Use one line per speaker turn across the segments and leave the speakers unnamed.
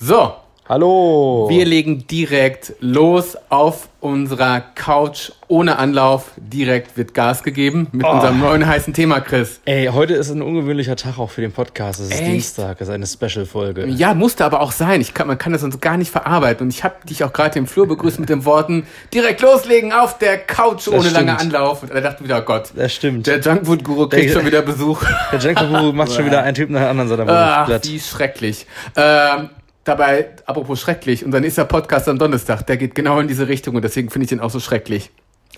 So,
Hallo.
wir legen direkt los auf unserer Couch ohne Anlauf. Direkt wird Gas gegeben mit unserem neuen heißen Thema, Chris.
Ey, heute ist ein ungewöhnlicher Tag auch für den Podcast. Es ist
Echt?
Dienstag, es ist eine Special-Folge.
Ja, musste aber auch sein. Ich kann, man kann das sonst gar nicht verarbeiten. Und ich habe dich auch gerade im Flur begrüßt mit den Worten, direkt loslegen auf der Couch ohne lange
stimmt.
Anlauf. Und da dachte ich wieder, oh Gott,
Das stimmt.
der
Der,
Junkfood-Guru kriegt schon wieder Besuch.
Jankaburu macht schon wieder einen Typ nach dem anderen seinem
Ach,
Berufsblatt.
wie schrecklich. Ähm, dabei, apropos schrecklich, unser nächster Podcast am Donnerstag, der geht genau in diese Richtung und deswegen finde ich den auch so schrecklich.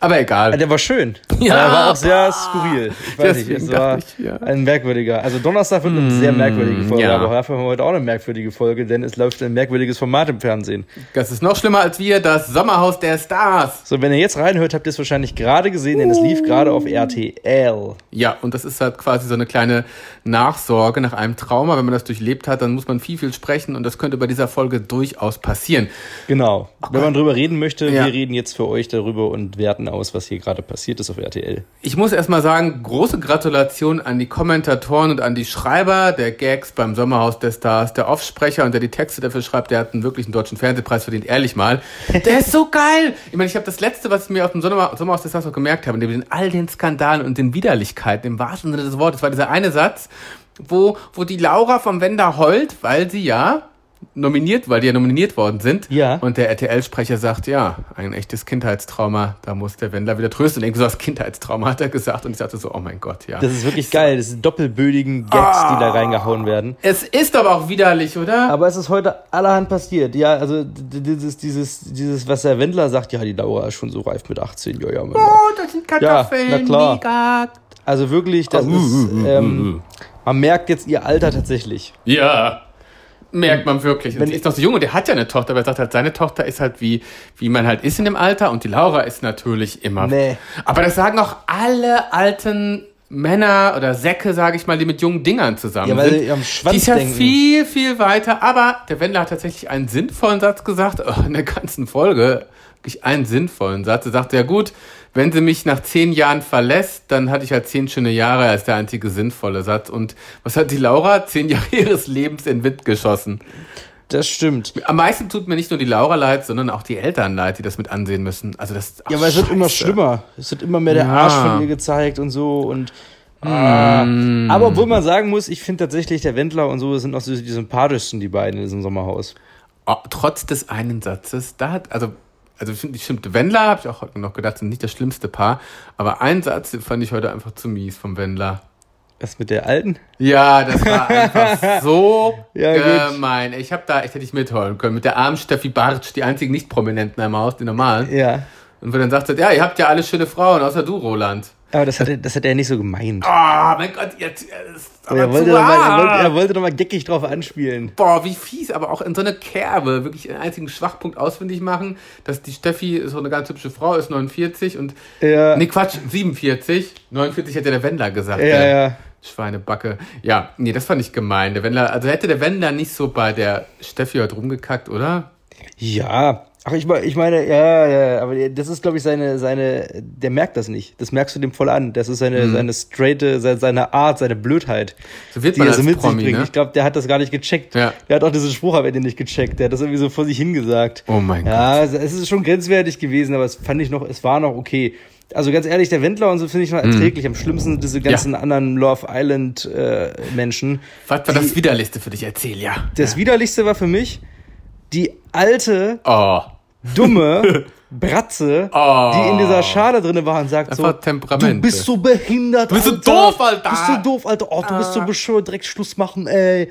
Aber egal.
Der war schön.
Ja.
Aber er war auch sehr skurril. Ich weiß
Deswegen
nicht, es war
dachte ich, ja. Mm,
ein merkwürdiger. Also Donnerstag wird eine sehr merkwürdige Folge,
ja.
aber dafür haben wir heute auch eine merkwürdige Folge, denn es läuft ein merkwürdiges Format im Fernsehen.
Das ist noch schlimmer als wir, das Sommerhaus der Stars.
So, wenn ihr jetzt reinhört, habt ihr es wahrscheinlich gerade gesehen, denn es
Uh.
lief gerade auf RTL.
Ja, und das ist halt quasi so eine kleine Nachsorge nach einem Trauma. Wenn man das durchlebt hat, dann muss man viel, viel sprechen und das könnte bei dieser Folge durchaus passieren.
Genau. Wenn man drüber reden möchte,
Ja.
wir reden jetzt für euch darüber und werten aus, was hier gerade passiert ist auf RTL.
Ich muss erstmal sagen, große Gratulation an die Kommentatoren und an die Schreiber der Gags beim Sommerhaus der Stars. Der Offsprecher und der die Texte dafür schreibt, der hat einen wirklichen deutschen Fernsehpreis verdient, ehrlich mal. Der ist so geil! Ich meine, ich habe das Letzte, was ich mir auf dem Sommer, Sommerhaus der Stars noch gemerkt habe, neben den- all den Skandalen und den Widerlichkeiten, im wahrsten Sinne des Wortes, war dieser eine Satz, wo, wo die Laura vom Wender heult, weil sie ja nominiert, weil die ja nominiert worden sind.
Ja.
Und der RTL-Sprecher sagt, ja, ein echtes Kindheitstrauma, da muss der Wendler wieder trösten. Und irgendwie so das Kindheitstrauma hat er gesagt. Und ich dachte so, oh mein Gott, ja.
Das ist wirklich geil. Das sind doppelbödigen Gags, die da reingehauen werden.
es ist aber auch widerlich, oder?
Aber es ist heute allerhand passiert. Ja, also d- d- dieses, dieses, dieses, was der Wendler sagt, ja, die Laura ist schon so reif mit 18. Ja, ja, Mann.
oh, das sind Kartoffeln,
Ja, na klar.
mega.
Also wirklich, das ist. Ähm, man merkt jetzt ihr Alter tatsächlich.
Ja. Merkt man wirklich. Und
Wenn-
sie ist noch so jung und der hat ja eine Tochter, aber er sagt halt, seine Tochter ist halt wie, wie man halt ist in dem Alter und die Laura ist natürlich immer.
Nee.
Aber das sagen auch alle alten Männer oder Säcke, sage ich mal, die mit jungen Dingern zusammen
Ja, weil
sind.
sie am Schwanz
die ist ja
denken.
viel, viel weiter. Aber der Wendler hat tatsächlich einen sinnvollen Satz gesagt, oh, in der ganzen Folge. Wirklich einen sinnvollen Satz. Er sagte, ja gut, wenn sie mich nach zehn Jahren verlässt, dann hatte ich halt zehn schöne Jahre, als der einzige sinnvolle Satz. Und was hat die Laura? Zehn Jahre ihres Lebens in Wind geschossen.
Das stimmt.
Am meisten tut mir nicht nur die Laura leid, sondern auch die Eltern leid, die das mit ansehen müssen. Also das, ach,
Ja, aber es wird immer
Scheiße.
schlimmer. Es wird immer mehr der
Ja.
Arsch von ihr gezeigt und so und. Ah. Aber obwohl man sagen muss, ich finde tatsächlich der Wendler und so sind noch so die sympathischsten, die beiden in diesem Sommerhaus.
Oh, trotz des einen Satzes, da hat, also, also ich finde, stimmt, Wendler, habe ich auch heute noch gedacht, sind nicht das schlimmste Paar, aber einen Satz den fand ich heute einfach zu mies vom Wendler.
Was mit der alten?
Ja, das war einfach so
Ja, gut.
gemein. Ich habe da echt hätte ich mitheulen können. Mit der armen Steffi Bartsch, die einzigen Nicht-Prominenten im Haus, die normalen.
Ja.
Und wo dann sagt, ja, ihr habt ja alle schöne Frauen, außer du, Roland.
Aber das hat, er- das hat er nicht so gemeint.
Ah, mein Gott, jetzt ist aber
er, wollte
zu
noch mal, er,
hart.
wollte, er wollte noch mal geckig drauf anspielen.
Boah, wie fies, aber auch in so eine Kerbe. Wirklich einen einzigen Schwachpunkt ausfindig machen, dass die Steffi so eine ganz hübsche Frau ist, 49 und.
Ja.
Nee, Quatsch, 47. 49 hätte der Wendler gesagt.
Ja,
der
ja.
Schweinebacke. Ja, nee, das fand ich gemein. Der Wendler, also hätte der Wendler nicht so bei der Steffi heute rumgekackt, oder?
Ja. Ach, ich, mein- ich meine, ja, ja, aber das ist, glaube ich, seine, seine, der merkt das nicht. Das merkst du dem voll an. Das ist seine, seine straighte, seine, seine Art, seine Blödheit,
So wird
die
man
er
als
so mit
Promi,
sich bringt.
ne?
Ich glaube, der hat das gar nicht gecheckt.
Ja.
Der hat auch diesen Spruch am Ende nicht gecheckt. Der hat das irgendwie so vor sich hingesagt.
Oh mein
Ja, also es ist schon grenzwertig gewesen, aber es fand ich noch, es war noch okay. Also ganz ehrlich, der Wendler und so finde ich
Mhm.
noch erträglich. Am schlimmsten sind diese ganzen anderen Love Island äh, Menschen.
Was war das Widerlichste für dich? Erzähl ja.
Das widerlichste war für mich die alte,
Oh.
dumme Bratze,
Oh.
die in dieser Schale drinne war und sagt so,
Einfach Temperamente.
du bist so behindert, Du
bist so doof, Alter. Ah.
Bist so doof, Alter. Oh, du bist so bescheuert, direkt Schluss machen, ey.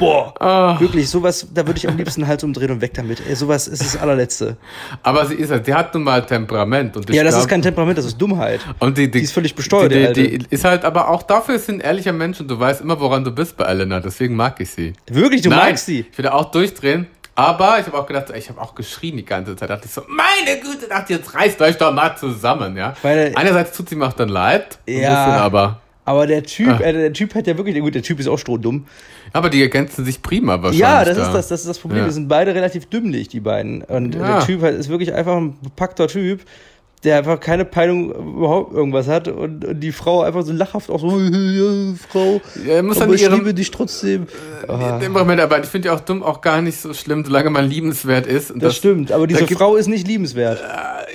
Boah,
Ah.
wirklich, sowas, da würde ich am liebsten Hals umdrehen und weg damit. Ey, sowas ist das allerletzte.
Aber sie ist halt, sie hat nun mal Temperament. Und ich
Ja, das ist
glaub-
kein Temperament, das ist Dummheit.
Und die, die,
Die ist völlig besteuert, die
Die,
Alte.
die, die ist halt aber auch dafür ist sie ein ehrlicher Mensch und du weißt immer, woran du bist bei Elena. Deswegen mag ich sie.
Wirklich, du
Nein,
magst sie.
Ich würde auch durchdrehen. Aber ich habe auch gedacht, ich habe auch geschrien die ganze Zeit. Dachte ich so, meine Güte, dachte jetzt reißt euch doch mal zusammen, ja.
Meine-
Einerseits tut sie mir auch dann leid, ein
Ja.
bisschen aber.
Aber der Typ,
Ah.
äh, der Typ hat ja wirklich, gut, der Typ ist auch strohdumm.
Aber die ergänzen sich prima wahrscheinlich.
Ja, das ist
da.
das, das ist das Problem.
Ja.
Wir sind beide relativ dümmlich, die beiden. Und
Ja.
der Typ halt ist wirklich einfach ein bepackter Typ, der einfach keine Peilung überhaupt irgendwas hat und, und die Frau einfach so lachhaft auch so, Frau,
Ja, muss
aber
an
ich
ihrem- Äh,
liebe dich trotzdem. Ah,
Im Moment, aber ich finde ja auch dumm auch gar nicht so schlimm, solange man liebenswert ist. Und
das stimmt, aber diese
gibt-
Frau ist nicht
Äh,
liebenswert.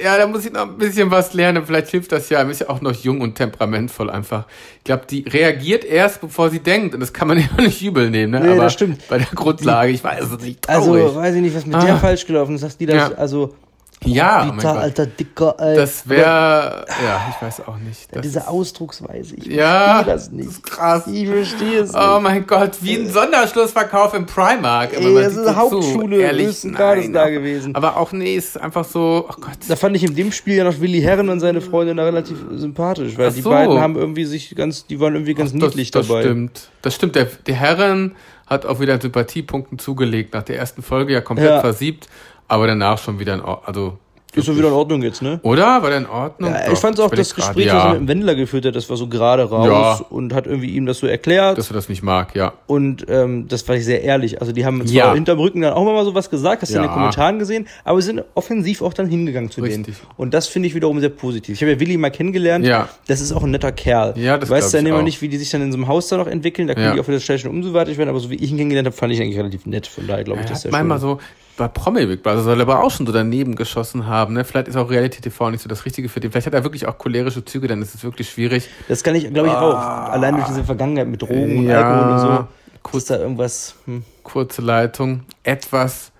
Ja, da muss ich noch ein bisschen was lernen. Vielleicht hilft das ja. Man ist ja auch noch jung und temperamentvoll einfach. Ich glaube, die reagiert erst, bevor sie denkt. Und das kann man ja nicht übel nehmen. Ne?
Nee,
Aber
das stimmt.
Bei der Grundlage, ich weiß es nicht.
Also,
Traurig.
weiß ich nicht, was mit
Ah.
der falsch gelaufen ist, dass die das,
Ja.
also,
ja, oh mein
Dieter,
Gott.
alter Dicker, ey.
das wäre, ja, ich weiß auch nicht. Das
Diese Ausdrucksweise, ich
ja,
verstehe das
Das ist
nicht.
krass.
Ich verstehe es
Oh
nicht.
mein Gott, wie ein Sonderschlussverkauf im Primark. Aber
Ey,
man
das
sieht
ist
so zu.
Hauptschule,
Ehrlich,
Wilson Gardens
nein.
da gewesen.
Aber auch, nee, ist einfach so, oh Gott.
Da fand ich in dem Spiel ja noch Willi Herren und seine Freundin da relativ sympathisch, weil
Ach
die
so.
beiden haben irgendwie sich ganz, die waren irgendwie ganz niedlich
das,
dabei.
Das stimmt. Das stimmt. Der, die Herren hat auch wieder an Sympathiepunkten zugelegt. Nach der ersten Folge ja komplett
Ja.
versiebt, aber danach schon wieder in Ordnung. Also,
Ist doch wieder in Ordnung jetzt, ne?
oder? War der in Ordnung?
Ja,
Doch,
ich fand auch
überleg
das
grad,
Gespräch, was er
ja,
mit dem Wendler geführt hat, das war so gerade raus
Ja.
und hat irgendwie ihm das so erklärt
dass er das nicht mag, ja.
und ähm, das war ich sehr ehrlich. Also die haben zwar
Ja.
hinterm Rücken dann auch immer mal sowas gesagt, hast du in
Ja.
den Kommentaren gesehen, aber sie sind offensiv auch dann hingegangen zu
Richtig.
denen und das finde ich wiederum sehr positiv. Ich habe ja Willi mal kennengelernt,
Ja.
das ist auch ein netter Kerl.
Ja, das
du weißt
glaub ich
ja immer
auch.
nicht, wie die sich dann in so einem Haus da noch entwickeln, da können
Ja.
die auch wieder schnell schon umsoweitig werden, aber so wie ich ihn kennengelernt habe, fand ich ihn eigentlich relativ nett, von daher glaube ich,
Er
das
hat
ist sehr
manchmal
schön.
so, bei Promi Big Brother soll er aber auch schon so daneben geschossen haben. Ne? Vielleicht ist auch Reality TV nicht so das Richtige für den. Vielleicht hat er wirklich auch cholerische Züge, dann ist es wirklich schwierig.
Das kann ich, glaube ich, auch. Allein durch diese Vergangenheit mit Drogen und
Ah. Ja.
Alkohol und so.
Kurz-
Ist da irgendwas. Hm.
Kurze Leitung, etwas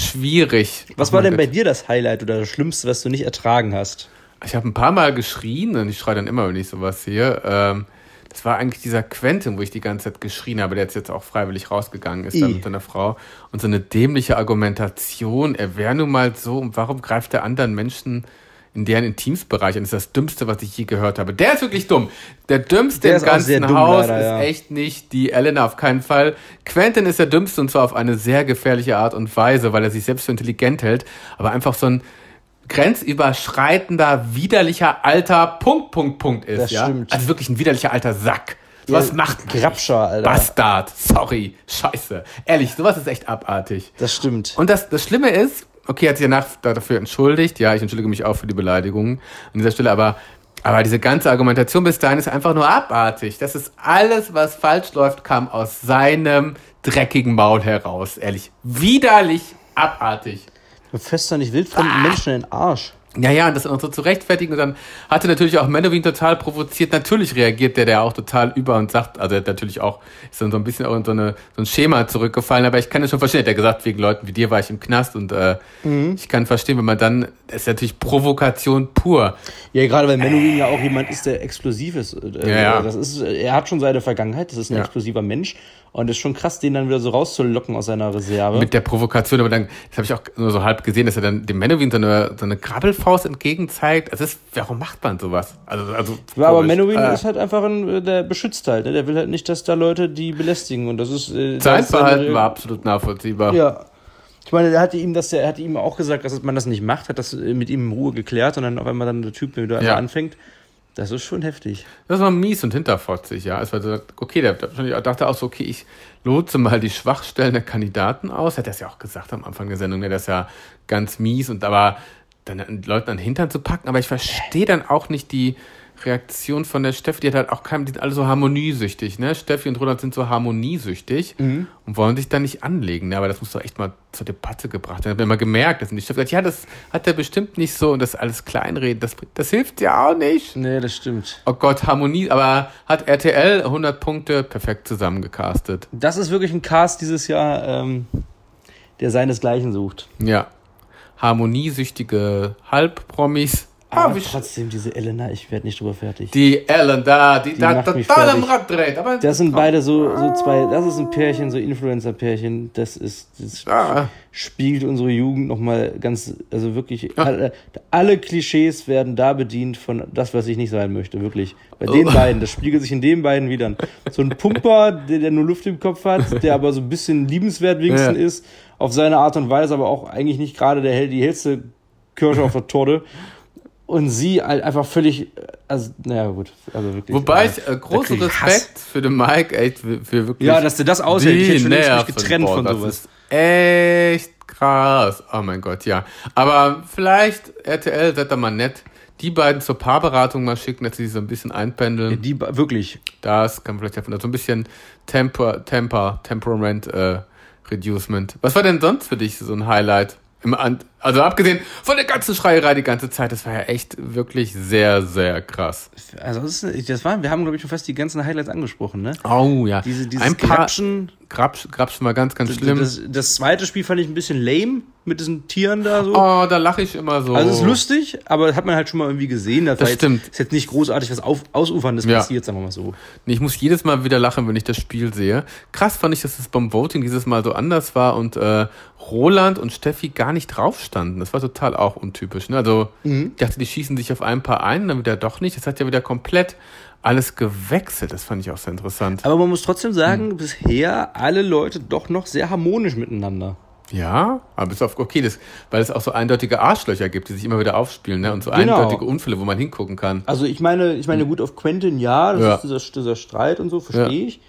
schwierig.
Was war denn bei dir das Highlight oder das Schlimmste, was du nicht ertragen hast?
Ich habe ein paar Mal geschrien und ich schreie dann immer, wenn ich sowas sehe. Ähm, das war eigentlich dieser Quentin, wo ich die ganze Zeit geschrien habe, der jetzt, jetzt auch freiwillig rausgegangen ist da
I.
mit seiner Frau. Und so eine dämliche Argumentation, er wäre nun mal so und warum greift er anderen Menschen in deren Intimsbereich an? Das ist das Dümmste, was ich je gehört habe. Der ist wirklich dumm. Der Dümmste im
Der ist auch sehr
ganzen
dumm,
Haus
leider,
ist
ja.
echt nicht die Elena, auf keinen Fall. Quentin ist der Dümmste und zwar auf eine sehr gefährliche Art und Weise, weil er sich selbst für intelligent hält, aber einfach so ein grenzüberschreitender, widerlicher alter Punkt, Punkt, Punkt ist.
Das
ja?
stimmt.
Also wirklich ein widerlicher alter Sack. Sowas
Ja,
macht man
Grabscher, Alter.
Bastard. Sorry. Scheiße. Ehrlich, sowas ist echt abartig.
Das stimmt.
Und das, das Schlimme ist, okay, er hat sich danach dafür entschuldigt. Ja, ich entschuldige mich auch für die Beleidigung an dieser Stelle, aber, aber diese ganze Argumentation bis dahin ist einfach nur abartig. Das ist alles, was falsch läuft, kam aus seinem dreckigen Maul heraus. Ehrlich. Widerlich abartig.
Du fässt doch nicht wildfremden
Ah.
Menschen in den Arsch.
Ja, ja, und das noch so zu rechtfertigen. Und dann hatte natürlich auch Menowin total provoziert. Natürlich reagiert der der auch total über und sagt, also er hat natürlich auch, ist dann so ein bisschen auch in so, eine, so ein Schema zurückgefallen. Aber ich kann das schon verstehen. Er hat ja gesagt, wegen Leuten wie dir war ich im Knast. Und äh,
Mhm.
ich kann verstehen, wenn man dann, das ist natürlich Provokation pur.
Ja, gerade weil Menowin ja auch jemand ist, der explosiv ist. Äh,
Ja, ja.
Das ist äh, er hat schon seine Vergangenheit, das ist ein
Ja.
explosiver Mensch. Und es ist schon krass, den dann wieder so rauszulocken aus seiner Reserve.
Mit der Provokation, aber dann, das habe ich auch nur so halb gesehen, dass er dann dem Menowin so eine, so eine Krabbelfaust entgegenzeigt. Also Es ist, warum macht man sowas? Also, also
ja, aber
komisch.
Menowin
Äh,
ist halt einfach ein, äh, der beschützt halt. Ne? Der will halt nicht, dass da Leute die belästigen. Und das ist. Äh, das
Sein
ist seine-
Verhalten war absolut nachvollziehbar.
Ja. Ich meine, der hatte ihm das, der hatte ihm auch gesagt, dass man das nicht macht, hat das äh, mit ihm in Ruhe geklärt und dann auf einmal dann der Typ wieder
Ja.
anfängt. Das ist schon heftig.
Das war mies und hinterfotzig, ja. Es war so, okay, der der dachte auch so, okay, ich lotse mal die Schwachstellen der Kandidaten aus. Hat er es ja auch gesagt am Anfang der Sendung, ne, das ist ja ganz mies und aber dann an Leuten an den Hintern zu packen. Aber ich verstehe dann auch nicht die Reaktion von der Steffi. Die hat halt auch keinen, die sind alle so harmoniesüchtig, ne? Steffi und Roland sind so harmoniesüchtig und wollen sich da nicht anlegen, ne? Aber das muss doch echt mal zur Debatte gebracht werden. Hat man immer gemerkt, dass die Steffi sagt, ja, das hat er bestimmt nicht so und das alles kleinreden, das, das hilft ja auch nicht.
Nee, das stimmt.
Oh Gott, Harmonie, aber hat RTL 100 Punkte perfekt zusammengecastet.
Das ist wirklich ein Cast dieses Jahr, ähm, der seinesgleichen sucht.
Ja. Harmoniesüchtige Halbpromis. Ah,
Aber
wie sch-
trotzdem, diese Elena, ich werde nicht drüber fertig.
die Ellen da, die, da
macht mich
total am
fertig.
Rad dreht. Aber
das sind beide so, so zwei, das ist ein Pärchen, so Influencer-Pärchen. Das ist, das
Ah,
spiegelt unsere Jugend nochmal ganz, also wirklich, alle, alle Klischees werden da bedient von das, was ich nicht sein möchte, wirklich. Bei den
Oh.
beiden, das spiegelt sich in den beiden wieder. So ein Pumper, der, der nur Luft im Kopf hat, der aber so ein bisschen liebenswert wenigstens
Ja.
ist, auf seine Art und Weise, aber auch eigentlich nicht gerade der hell, die hellste Kirsche auf der Torte. Und sie halt einfach völlig, also, naja, gut, also wirklich.
wobei
äh,
ich äh,
da
großen
krieg ich
Respekt für den Mike, echt, für, für wirklich.
Ja, dass dir das aushält. Ich
die
hätte schon längst mich
Nerven.
getrennt
Boah,
von
das
sowas.
ist Echt krass. Oh mein Gott, ja. Aber vielleicht RTL, seid da mal nett. die beiden zur Paarberatung mal schicken, dass sie sich so ein bisschen einpendeln.
Ja, die ba- wirklich.
Das kann vielleicht helfen. Also ein bisschen Temper, Temper, Temperament äh, Reducement. Was war denn sonst für dich so ein Highlight? Im An also abgesehen von der ganzen Schreierei die ganze Zeit, das war ja echt wirklich sehr, sehr krass.
Also das, ist, das waren, wir haben glaube ich schon fast die ganzen Highlights angesprochen, ne?
Oh ja.
Diese, dieses
ein paar
Krapschen.
Grabsch, Grabsch war ganz, ganz schlimm.
Das, das zweite Spiel fand ich ein bisschen lame mit diesen Tieren da so.
oh, da lache ich immer so.
Also es ist lustig, aber hat man halt schon mal irgendwie gesehen. Das, war jetzt,
stimmt.
Ist jetzt nicht großartig was auf, Ausuferndes
Ja.
passiert, sagen wir mal so.
Nee, Ich muss jedes Mal wieder lachen, wenn ich das Spiel sehe. Krass fand ich, dass es beim Voting dieses Mal so anders war und äh, Roland und Steffi gar nicht drauf standen. Das war total auch untypisch. Ne? Also
Mhm.
ich dachte, die schießen sich auf ein paar ein, dann wieder doch nicht. Das hat ja wieder komplett alles gewechselt. Das fand ich auch sehr interessant.
Aber man muss trotzdem
Hm.
sagen, bisher alle Leute doch noch sehr harmonisch miteinander.
Ja, aber bis auf okay, das, weil es auch so eindeutige Arschlöcher gibt, die sich immer wieder aufspielen, ne? Und so
Genau.
eindeutige Unfälle, wo man hingucken kann.
Also ich meine, ich meine, gut, auf Quentin ja, das
Hm. Ja.
ist dieser, dieser Streit und so, verstehe
Ja.
ich.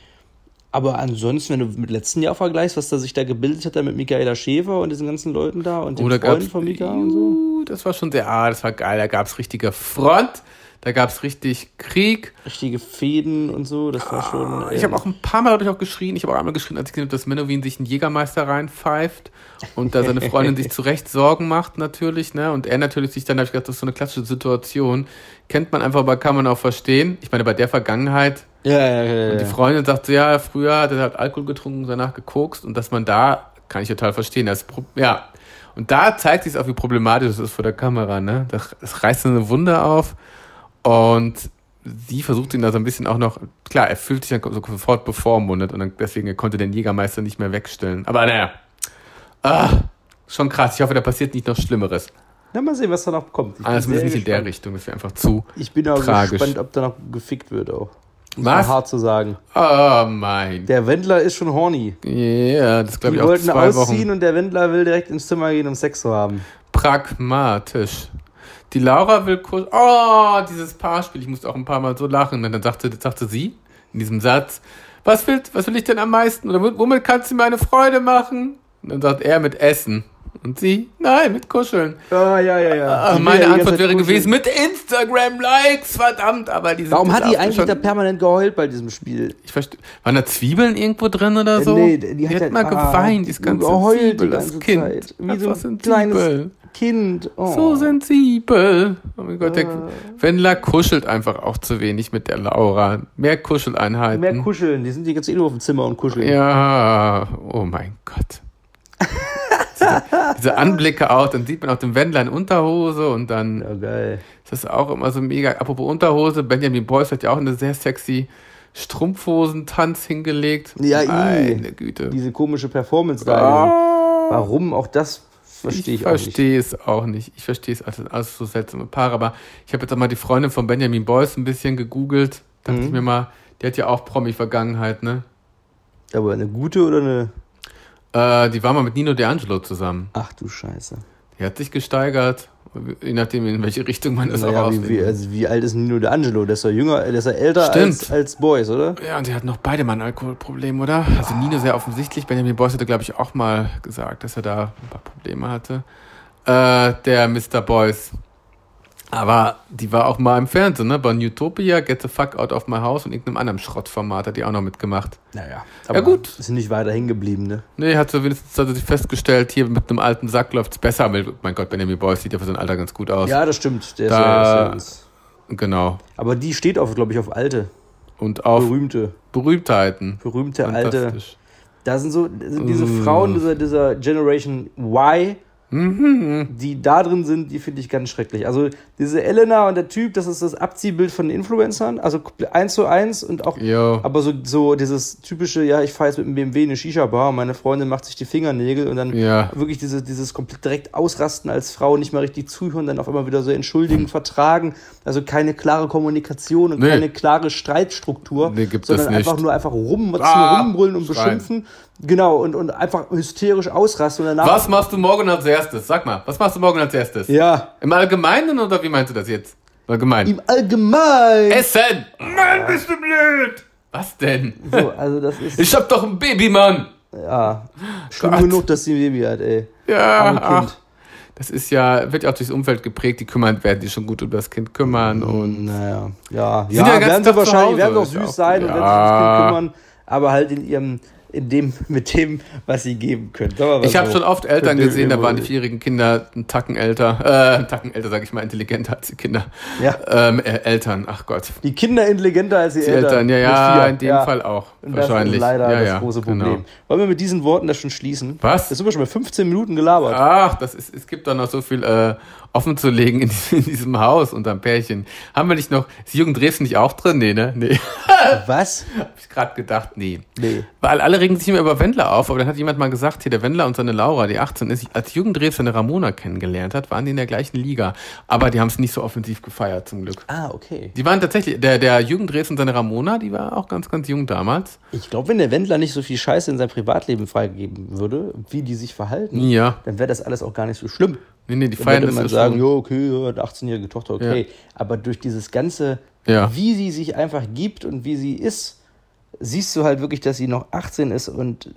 Aber ansonsten, wenn du mit letzten Jahr vergleichst, was da sich da gebildet hat, da mit Michaela Schäfer und diesen ganzen Leuten da und den
Oder
Freunden
gab's,
von Mika und so.
Juhu, Das war schon sehr, ah, das war geil. Da gab's richtige Front, da gab's richtig Krieg.
Richtige Fäden und so, das war schon.
Ah,
ähm,
Ich habe auch ein paar Mal, habe ich auch geschrien. Ich habe auch einmal geschrien, als ich gesehen habe, dass Menowin sich einen Jägermeister reinpfeift und da seine Freundin sich zu Recht Sorgen macht natürlich, ne? Und er natürlich sich dann, habe ich gedacht, das ist so eine klassische Situation. Kennt man einfach, aber kann man auch verstehen. Ich meine, bei der Vergangenheit,
Ja, ja, ja. ja,
die
ja.
Freundin sagt so, ja, früher hat er halt Alkohol getrunken, danach gekokst und dass man da, kann ich total verstehen. Das, Pro- ja. Und da zeigt sich auch, wie problematisch es ist vor der Kamera, ne? Das, das reißt so eine Wunde auf und sie versucht ihn da so ein bisschen auch noch, klar, er fühlt sich dann sofort bevormundet und dann, deswegen er konnte den Jägermeister nicht mehr wegstellen. Aber naja, ah, schon krass. Ich hoffe, da passiert nicht noch Schlimmeres.
Na, mal sehen, was da noch kommt. Ich
Also
bin,
zumindest
sehr
nicht in der Richtung,
gespannt.
das wäre einfach zu.
ich bin auch
Tragisch.
gespannt, ob da noch gefickt wird auch. Um es
Was?
mal hart zu sagen.
Oh mein Gott.
Der Wendler ist schon horny.
Ja, das glaube
Die
ich auch
wollten
zwei
ausziehen
Wochen.
und der Wendler will direkt ins Zimmer gehen, um Sex zu haben.
pragmatisch. Die Laura will kurz. Oh, dieses Paarspiel. Ich musste auch ein paar Mal so lachen. Und dann sagte, sagte sie in diesem Satz: was, willst, was will ich denn am meisten? Oder wo- womit kannst du mir eine Freude machen? Und dann sagt er mit Essen. Und sie? Nein, mit Kuscheln.
Ja, ja, ja, ja.
Ah,
Die will
meine
ja die ganze
Antwort
Zeit
wäre
kuscheln.
gewesen: mit Instagram-Likes. Verdammt, aber diese.
Warum hat die eigentlich da
schon,
permanent geheult bei diesem Spiel?
ich verstehe. Waren da Zwiebeln irgendwo drin oder so?
Äh, Nee,
die hat, mal
ah,
geweint.
die
Dieses ganze
geheult die
Zwiebel, das
ganze
Kind.
Zeit. Wie
Einfach
so ein
sensibel.
kleines Kind. Oh. Äh.
So sensibel. Oh mein Gott, der Wendler kuschelt einfach auch zu wenig mit der Laura. Mehr Kuscheleinheiten.
Mehr kuscheln. Die sind die ganze Zeit nur auf dem Zimmer und kuscheln.
ja, oh mein Gott. diese, diese Anblicke auch, dann sieht man auch den Wendler in Unterhose und dann
Ja, geil.
ist das auch immer so mega. Apropos Unterhose, Benjamin Beuys hat ja auch eine sehr sexy Strumpfhosentanz hingelegt.
Ja, ih.
Meine Güte.
Diese komische Performance da.
Ah.
Warum? Auch das verstehe ich, auch nicht.
verstehe es auch nicht. Ich verstehe es alles, alles so seltsame Paare, aber ich habe jetzt auch mal die Freundin von Benjamin Beuys ein bisschen gegoogelt. Dachte
Mhm.
ich mir mal, die hat ja auch Promi-Vergangenheit, ne?
Aber eine gute oder eine.
Äh, die war mal mit Nino De Angelo zusammen.
Ach du Scheiße.
Die hat sich gesteigert, je nachdem, in welche Richtung man das auch
Naja, wie, wie,
ausnimmt.
also wie alt ist Nino D'Angelo? Der ist doch jünger, äh, der ist ja älter als,
Stimmt.
als Boys, oder?
Ja, und sie hatten noch beide mal ein Alkoholproblem, oder? Also Nino sehr offensichtlich. Benjamin Beuys hatte, glaube ich, auch mal gesagt, dass er da ein paar Probleme hatte. Äh, der Mr. Beuys. Aber die war auch mal im Fernsehen, ne? Bei Newtopia, Get the Fuck Out of My House und irgendeinem anderen Schrottformat hat die auch noch mitgemacht.
Naja.
gut.
Ist nicht weiter hängen geblieben, ne?
Nee, hat so wenigstens also sich festgestellt, hier mit einem alten Sack läuft's besser. Mit- Mein Gott, Benjamin Beuys sieht ja für sein Alter ganz gut aus.
Ja, das stimmt. Der
Da-
ist ja, ist ja,
Genau.
aber die steht auf, glaube ich, auf alte,
Und auf
berühmte,
Berühmtheiten.
berühmte alte.
Fantastisch.
Da sind so da sind diese
Äh.
Frauen dieser, dieser Generation Y,
Mhm.
die da drin sind, die finde ich ganz schrecklich. Also diese Elena und der Typ, das ist das Abziehbild von den Influencern, also eins zu eins und auch,
Jo.
aber so, so dieses typische, ja, ich fahre jetzt mit dem BMW in eine Shisha-Bar und meine Freundin macht sich die Fingernägel und dann
Ja.
wirklich diese, dieses komplett direkt ausrasten als Frau, nicht mal richtig zuhören, dann auf einmal wieder so entschuldigen, vertragen, also keine klare Kommunikation und
Nee.
keine klare Streitstruktur,
Nee, gibt es
sondern einfach
nicht.
nur einfach rum,
Ah,
rumbrüllen und
schreien.
beschimpfen. Genau, und, und einfach hysterisch ausrasten und danach.
Was machst du morgen als erstes? Sag mal, was machst du morgen als erstes?
Ja.
Im Allgemeinen oder wie meinst du das jetzt? Im Allgemeinen.
Im Allgemeinen.
Essen! Mann, bist du blöd! Was denn?
so, also das ist
Ich hab doch ein Baby, Mann!
ja schlimm
Gott.
genug, dass sie ein Baby hat, ey.
Ja,
Arme
ach,
Kind.
Das ist ja, wird ja auch durchs Umfeld geprägt, die kümmern, werden die schon gut um das Kind kümmern
Mhm.
und.
Naja, ja,
Sind ja
ja,
den ganzen Tag
werden
zu
sie
Hause,
wahrscheinlich, werden doch
ist ja
süß
auch-
sein und werden sich ums
Ja.
Kind kümmern, aber halt in ihrem, in dem, mit dem, was sie geben können. Sagen wir mal
Ich habe
so.
schon oft Eltern
Mit dem
gesehen, da waren die
Emoji.
vierjährigen Kinder einen Tacken älter, äh, einen Tacken älter, sage ich mal, intelligenter als die Kinder.
Ja.
Ähm, äh, Eltern, ach Gott.
Die Kinder intelligenter als die,
Die Eltern, ja,
Mit
ja,
vier,
in dem
ja.
Fall auch.
Und
wahrscheinlich.
Das ist leider
ja,
das
ja,
große Problem.
Genau.
Wollen wir mit diesen Worten das schon schließen?
Was?
Jetzt sind wir schon bei 15 Minuten gelabert.
Ach, das ist, es gibt doch noch so viel äh, offen zu legen in, in diesem Haus unterm Pärchen. Haben wir nicht noch, ist Jürgen Dresden nicht auch drin? Nee, ne? Nee.
Was?
Hab ich gerade gedacht, nee.
Nee.
Weil alle regen sich immer über Wendler auf, aber dann hat jemand mal gesagt, hier der Wendler und seine Laura, die 18 ist, als Jürgen Dreves seine Ramona kennengelernt hat, waren die in der gleichen Liga. Aber die haben es nicht so offensiv gefeiert, zum Glück.
Ah, okay.
Die waren tatsächlich, der, der Jürgen Dreves und seine Ramona, die war auch ganz, ganz jung damals.
Ich glaube, wenn der Wendler nicht so viel Scheiße in sein Privatleben freigeben würde, wie die sich verhalten,
Ja.
dann wäre das alles auch gar nicht so schlimm.
Nee, nee, die
Dann
feiern das
würde man
ja
sagen,
schon.
jo, okay, ja, eine 18-jährige Tochter, okay. Aber durch dieses ganze,
Ja.
wie sie sich einfach gibt und wie sie ist, siehst du halt wirklich, dass sie noch 18 ist und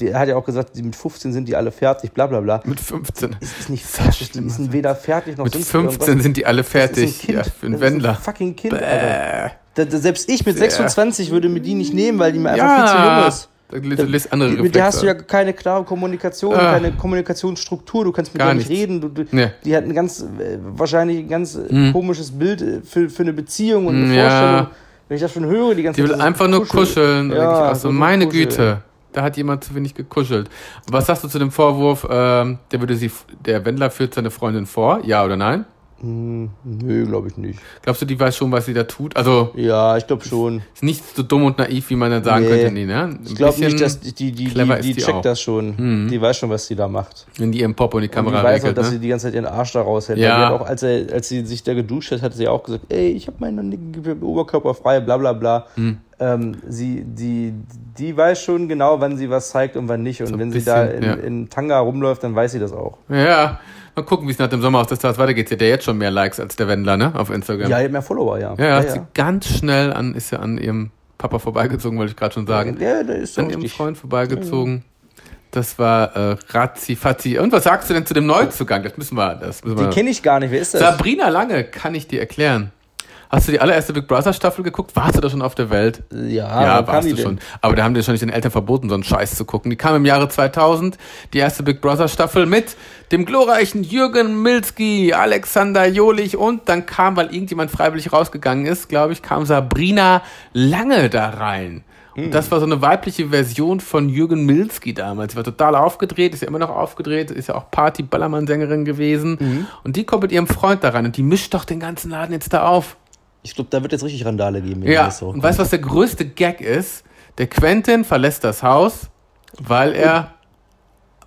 äh, er hat ja auch gesagt, sie mit 15 sind die alle fertig, bla bla bla.
Mit 15.
Es ist nicht
So
fertig, die
schlimm,
sind weder fertig noch
Mit
sonst
15
irgendwas.
sind die alle
Das ist
fertig.
ein Kind.
Ja, für
das
einen
ist ein
Wender.
fucking Kind, Alter. Da, da, selbst ich mit
Bäh.
26 würde mir die nicht nehmen, weil die mir einfach viel zu jung
Ja.
ist.
Da li- li- andere
Die- mit der hast du ja
Reflexe.
keine klare Kommunikation,
Ah.
keine Kommunikationsstruktur, du kannst mit
Gar
der nicht
nichts.
reden. Du, du,
Nee. Hm.
Die hat ein ganz, äh, wahrscheinlich ein ganz äh, komisches Bild äh, für, für eine Beziehung und eine
Ja.
Vorstellung. Wenn ich das schon höre, die ganze
Die will
dieses
einfach nur kuscheln. Da denk ich
Ja,
auch so,
nur
meine
kuscheln.
Güte, da hat jemand zu wenig gekuschelt. Aber was sagst du zu dem Vorwurf, ähm, der würde sie, der Wendler führt seine Freundin vor, ja oder nein?
Hm, nö, glaube ich nicht.
Glaubst du, die weiß schon, was sie da tut? Also
Ja, ich glaube schon.
ist nicht so dumm und naiv, wie man dann sagen
Nee.
könnte, nee, ne? Ein
Ich glaube
bisschen,
nicht, dass die, die, die,
clever
die,
ist
die
die auch. Hm.
checkt das schon. Die weiß schon, was sie da macht.
wenn die ihren Pop und die
Und
Kamera
die Hm, weiß auch,
regelt,
dass sie
ne?
die ganze Zeit ihren Arsch da raushält.
Ja.
Weil Die hat auch, als, er, als sie sich da geduscht hat, hat sie auch gesagt, ey, ich habe meinen nicken Oberkörper frei, bla bla bla.
Hm.
Ähm, sie, die, die weiß schon genau, wann sie was zeigt und wann nicht. Und
ein
wenn sie
bisschen,
da in,
ja.
in Tanga rumläuft, dann weiß sie das auch.
Ja, mal gucken, wie es nach dem Sommer aus der Stars weitergeht. Sie hat ja jetzt schon mehr Likes als der Wendler, ne? Auf Instagram.
Ja, die hat mehr Follower, ja.
ja, ja, hat sie ganz schnell an, ist ja an ihrem Papa vorbeigezogen, wollte ich gerade schon sagen.
ja da ist
an
doch
ihrem
richtig.
Freund vorbeigezogen. Das war äh, Razzi Fazzi. Und was sagst du denn zu dem Neuzugang? Das müssen wir. Das müssen
Die
wir.
kenne ich gar nicht, wer ist das?
Sabrina Lange kann ich dir erklären. Hast du die allererste Big Brother Staffel geguckt? Warst du da schon auf der Welt?
ja,
ja,
Ah, wann kam
warst
die
du
denn?
schon. Aber da haben dir schon nicht den Eltern verboten, so einen Scheiß zu gucken. Die kam im Jahre 2000, die erste Big Brother Staffel mit dem glorreichen Jürgen Milski, Alexander Jolich und dann kam, weil irgendjemand freiwillig rausgegangen ist, glaube ich, kam Sabrina Lange da rein.
Hm.
Und das war so eine weibliche Version von Jürgen Milski damals. Sie war total aufgedreht, ist ja immer noch aufgedreht, ist ja auch Party-Ballermann-Sängerin gewesen.
Mhm.
Und die kommt mit ihrem Freund da rein und die mischt doch den ganzen Laden jetzt da auf.
Ich glaube, da wird jetzt richtig Randale geben. wenn
Ja,
das so
und weißt du, was der größte Gag ist? Der Quentin verlässt das Haus, weil er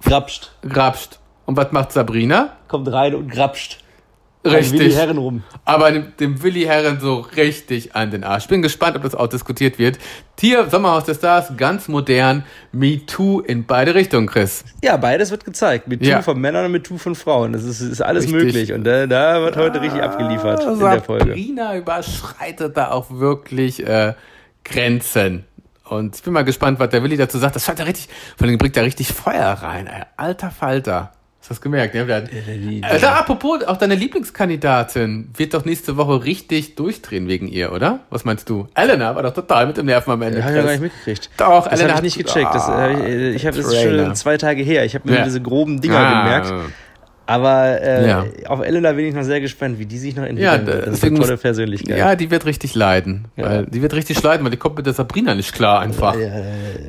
grapscht.
grapscht. Und was macht Sabrina?
Kommt rein und grapscht. Wie die
Richtig.
Herren rum.
Aber dem, dem Willi Herren so richtig an den Arsch. Bin gespannt, ob das auch diskutiert wird. Tier, Sommerhaus der Stars, ganz modern. Me Too in beide Richtungen, Chris.
Ja, beides wird gezeigt. Mit
Ja.
Two von Männern und mit Two von Frauen. Das ist, ist alles
Richtig.
möglich. Und da, da wird heute richtig abgeliefert in der Folge.
Also Sabrina überschreitet da auch wirklich äh, Grenzen. Und ich bin mal gespannt, was der Willi dazu sagt. Das scheint da richtig, vor allem bringt da richtig Feuer rein. ey. Alter Falter. Hast du das gemerkt? Ne? Bernd?
Äh, die-
Also apropos, auch deine Lieblingskandidatin wird doch nächste Woche richtig durchdrehen wegen ihr, oder? Was meinst du? Elena war doch total mit dem Nerven am Ende.
Hab ich ja
Chris.
gar nicht mitgekriegt.
Doch,
das
Elena
habe ich
hat- Ah,
nicht gecheckt. Das, hab ich äh, ich habe das ist
Trailer.
schon zwei Tage her. Ich habe mir
Ja.
diese groben Dinger
Ah.
gemerkt. Aber äh,
Ja.
auf Elena bin ich noch sehr gespannt, wie die sich noch
Ja,
entwickelt. das ist
deswegen
eine
muss-
tolle Persönlichkeit.
Ja, die wird richtig leiden. Weil, die wird richtig leiden, weil die kommt mit der Sabrina nicht klar einfach.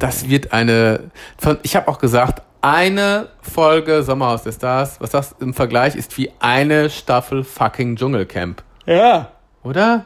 Das wird eine. Von, ich habe auch gesagt, eine Folge Sommerhaus der Stars, was das im Vergleich ist, wie eine Staffel fucking Dschungelcamp.
ja.
Oder?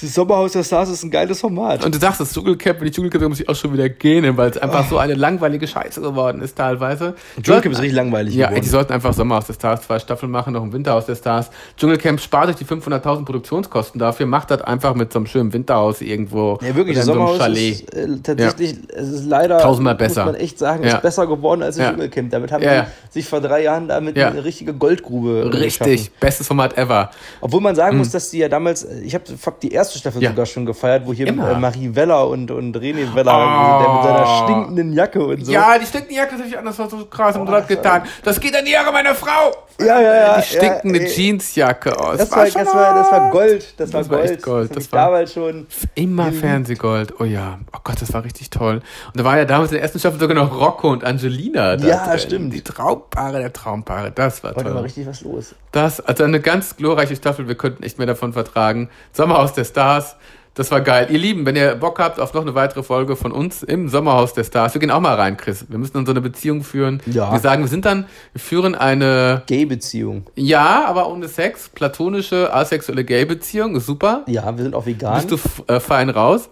Das Sommerhaus der Stars ist ein geiles Format.
Und du sagst, das Dschungelcamp, wenn ich Dschungelcamp sehe, muss ich auch schon wieder gehen, weil es einfach so eine langweilige Scheiße geworden ist teilweise.
Oh. Dschungelcamp ist richtig langweilig
Ja, ey,
geworden.
die sollten einfach Sommerhaus der Stars zwei Staffeln machen, noch ein Winterhaus der Stars. Dschungelcamp spart euch die 500.000 Produktionskosten dafür, macht das einfach mit so einem schönen Winterhaus irgendwo.
Ja, wirklich,
oder
das
in so einem
Sommerhaus
Chalet.
ist äh, tatsächlich, es ist leider,
Tausendmal besser.
muss man echt sagen,
Ja.
ist besser geworden als das
Ja.
Dschungelcamp. Damit haben
Ja,
die
ja.
sich vor drei Jahren damit
Ja.
eine richtige Goldgrube äh,
Richtig,
geschaffen.
bestes Format ever.
Obwohl man sagen muss, dass die ja damals, äh, ich habe die erste erste Staffel
Ja.
sogar schon gefeiert, wo hier
Immer.
äh, Marie Weller und, und René Weller,
Ah.
der mit seiner stinkenden Jacke und so.
Ja, die stinkende Jacke das hab ich anders war so krass und hat getan. Das geht an die Jahre meiner Frau.
ja, ja. ja
Die stinkende
ja, ey,
Jeansjacke aus.
Das war, das,
schon
war, das war Gold. Das, war
Das war
Gold.
echt Gold,
Das,
das
hab ich
war-
damals schon.
Immer
geliebt.
Fernsehgold. Oh ja. Oh Gott, das war richtig toll. Und da war ja damals in der ersten Staffel sogar noch Rocco und Angelina. Da
Ja,
drin.
stimmt.
Die Traumpaare der Traumpaare. Das war
Heute mal
toll.
richtig was los.
Das, also eine ganz glorreiche Staffel. Wir könnten nicht mehr davon vertragen. Sommerhaus der Stars. Das war geil. Ihr Lieben, wenn ihr Bock habt auf noch eine weitere Folge von uns im Sommerhaus der Stars, wir gehen auch mal rein, Chris. Wir müssen dann so eine Beziehung führen.
Ja.
Wir sagen, wir sind dann, wir führen eine,
Gay-Beziehung.
ja, aber ohne Sex, platonische, asexuelle Gay-Beziehung. Ist Super.
Ja, wir sind auch vegan.
Bist du f- äh, fein raus?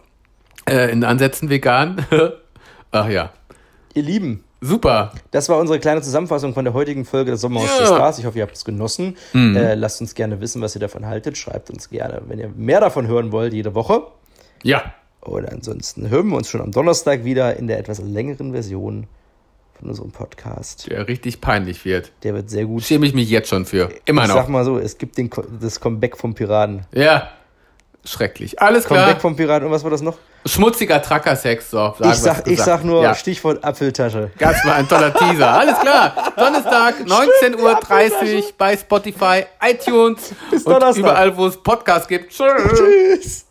Äh, in Ansätzen vegan? Ach ja.
Ihr Lieben,
Super.
das war unsere kleine Zusammenfassung von der heutigen Folge des Sommerhaus
Ja. Mhm.
des Stars. Ich hoffe, ihr habt es genossen. Äh, lasst uns gerne wissen, was ihr davon haltet. Schreibt uns gerne, wenn ihr mehr davon hören wollt, jede Woche.
Ja.
Und ansonsten hören wir uns schon am Donnerstag wieder in der etwas längeren Version von unserem Podcast.
Der richtig peinlich wird.
Der wird sehr gut.
Schäme ich mich jetzt schon für. Immer
Ich sag
noch.
mal so, es gibt den, Co- das Comeback vom Piraten.
Ja. Schrecklich. Alles
Comeback
klar.
vom Piraten. Und was war das noch?
Schmutziger Trucker-Sex. So, sagen
ich,
wir's
sag, ich
gesagt.
sag nur
Ja.
Stichwort Apfeltasche.
Das war ein toller Teaser. Alles klar. Donnerstag, 19.30 Uhr bei Spotify, iTunes
Bis
und
Donnerstag.
überall, wo es Podcasts gibt. Tschüss.
Tschüss.